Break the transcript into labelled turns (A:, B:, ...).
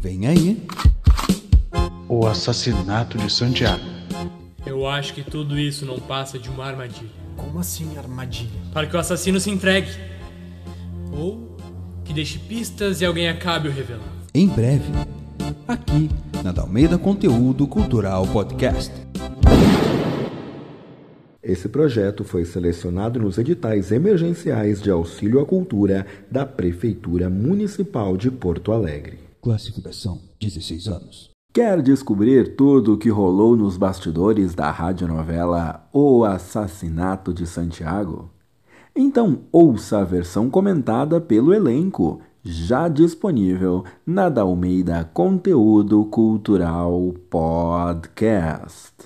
A: Vem aí.
B: O assassinato de Santiago.
C: Eu acho que tudo isso não passa de uma armadilha.
D: Como assim armadilha?
C: Para que o assassino se entregue. Ou que deixe pistas e alguém acabe o revelando.
A: Em breve, aqui na Dalmeida Conteúdo Cultural Podcast.
E: Esse projeto foi selecionado nos editais emergenciais de auxílio à cultura da Prefeitura Municipal de Porto Alegre.
A: Classificação 16 anos.
E: Quer descobrir tudo o que rolou nos bastidores da radionovela O Assassinato de Santiago? Então ouça a versão comentada pelo elenco, já disponível na Dalmeida Conteúdo Cultural Podcast.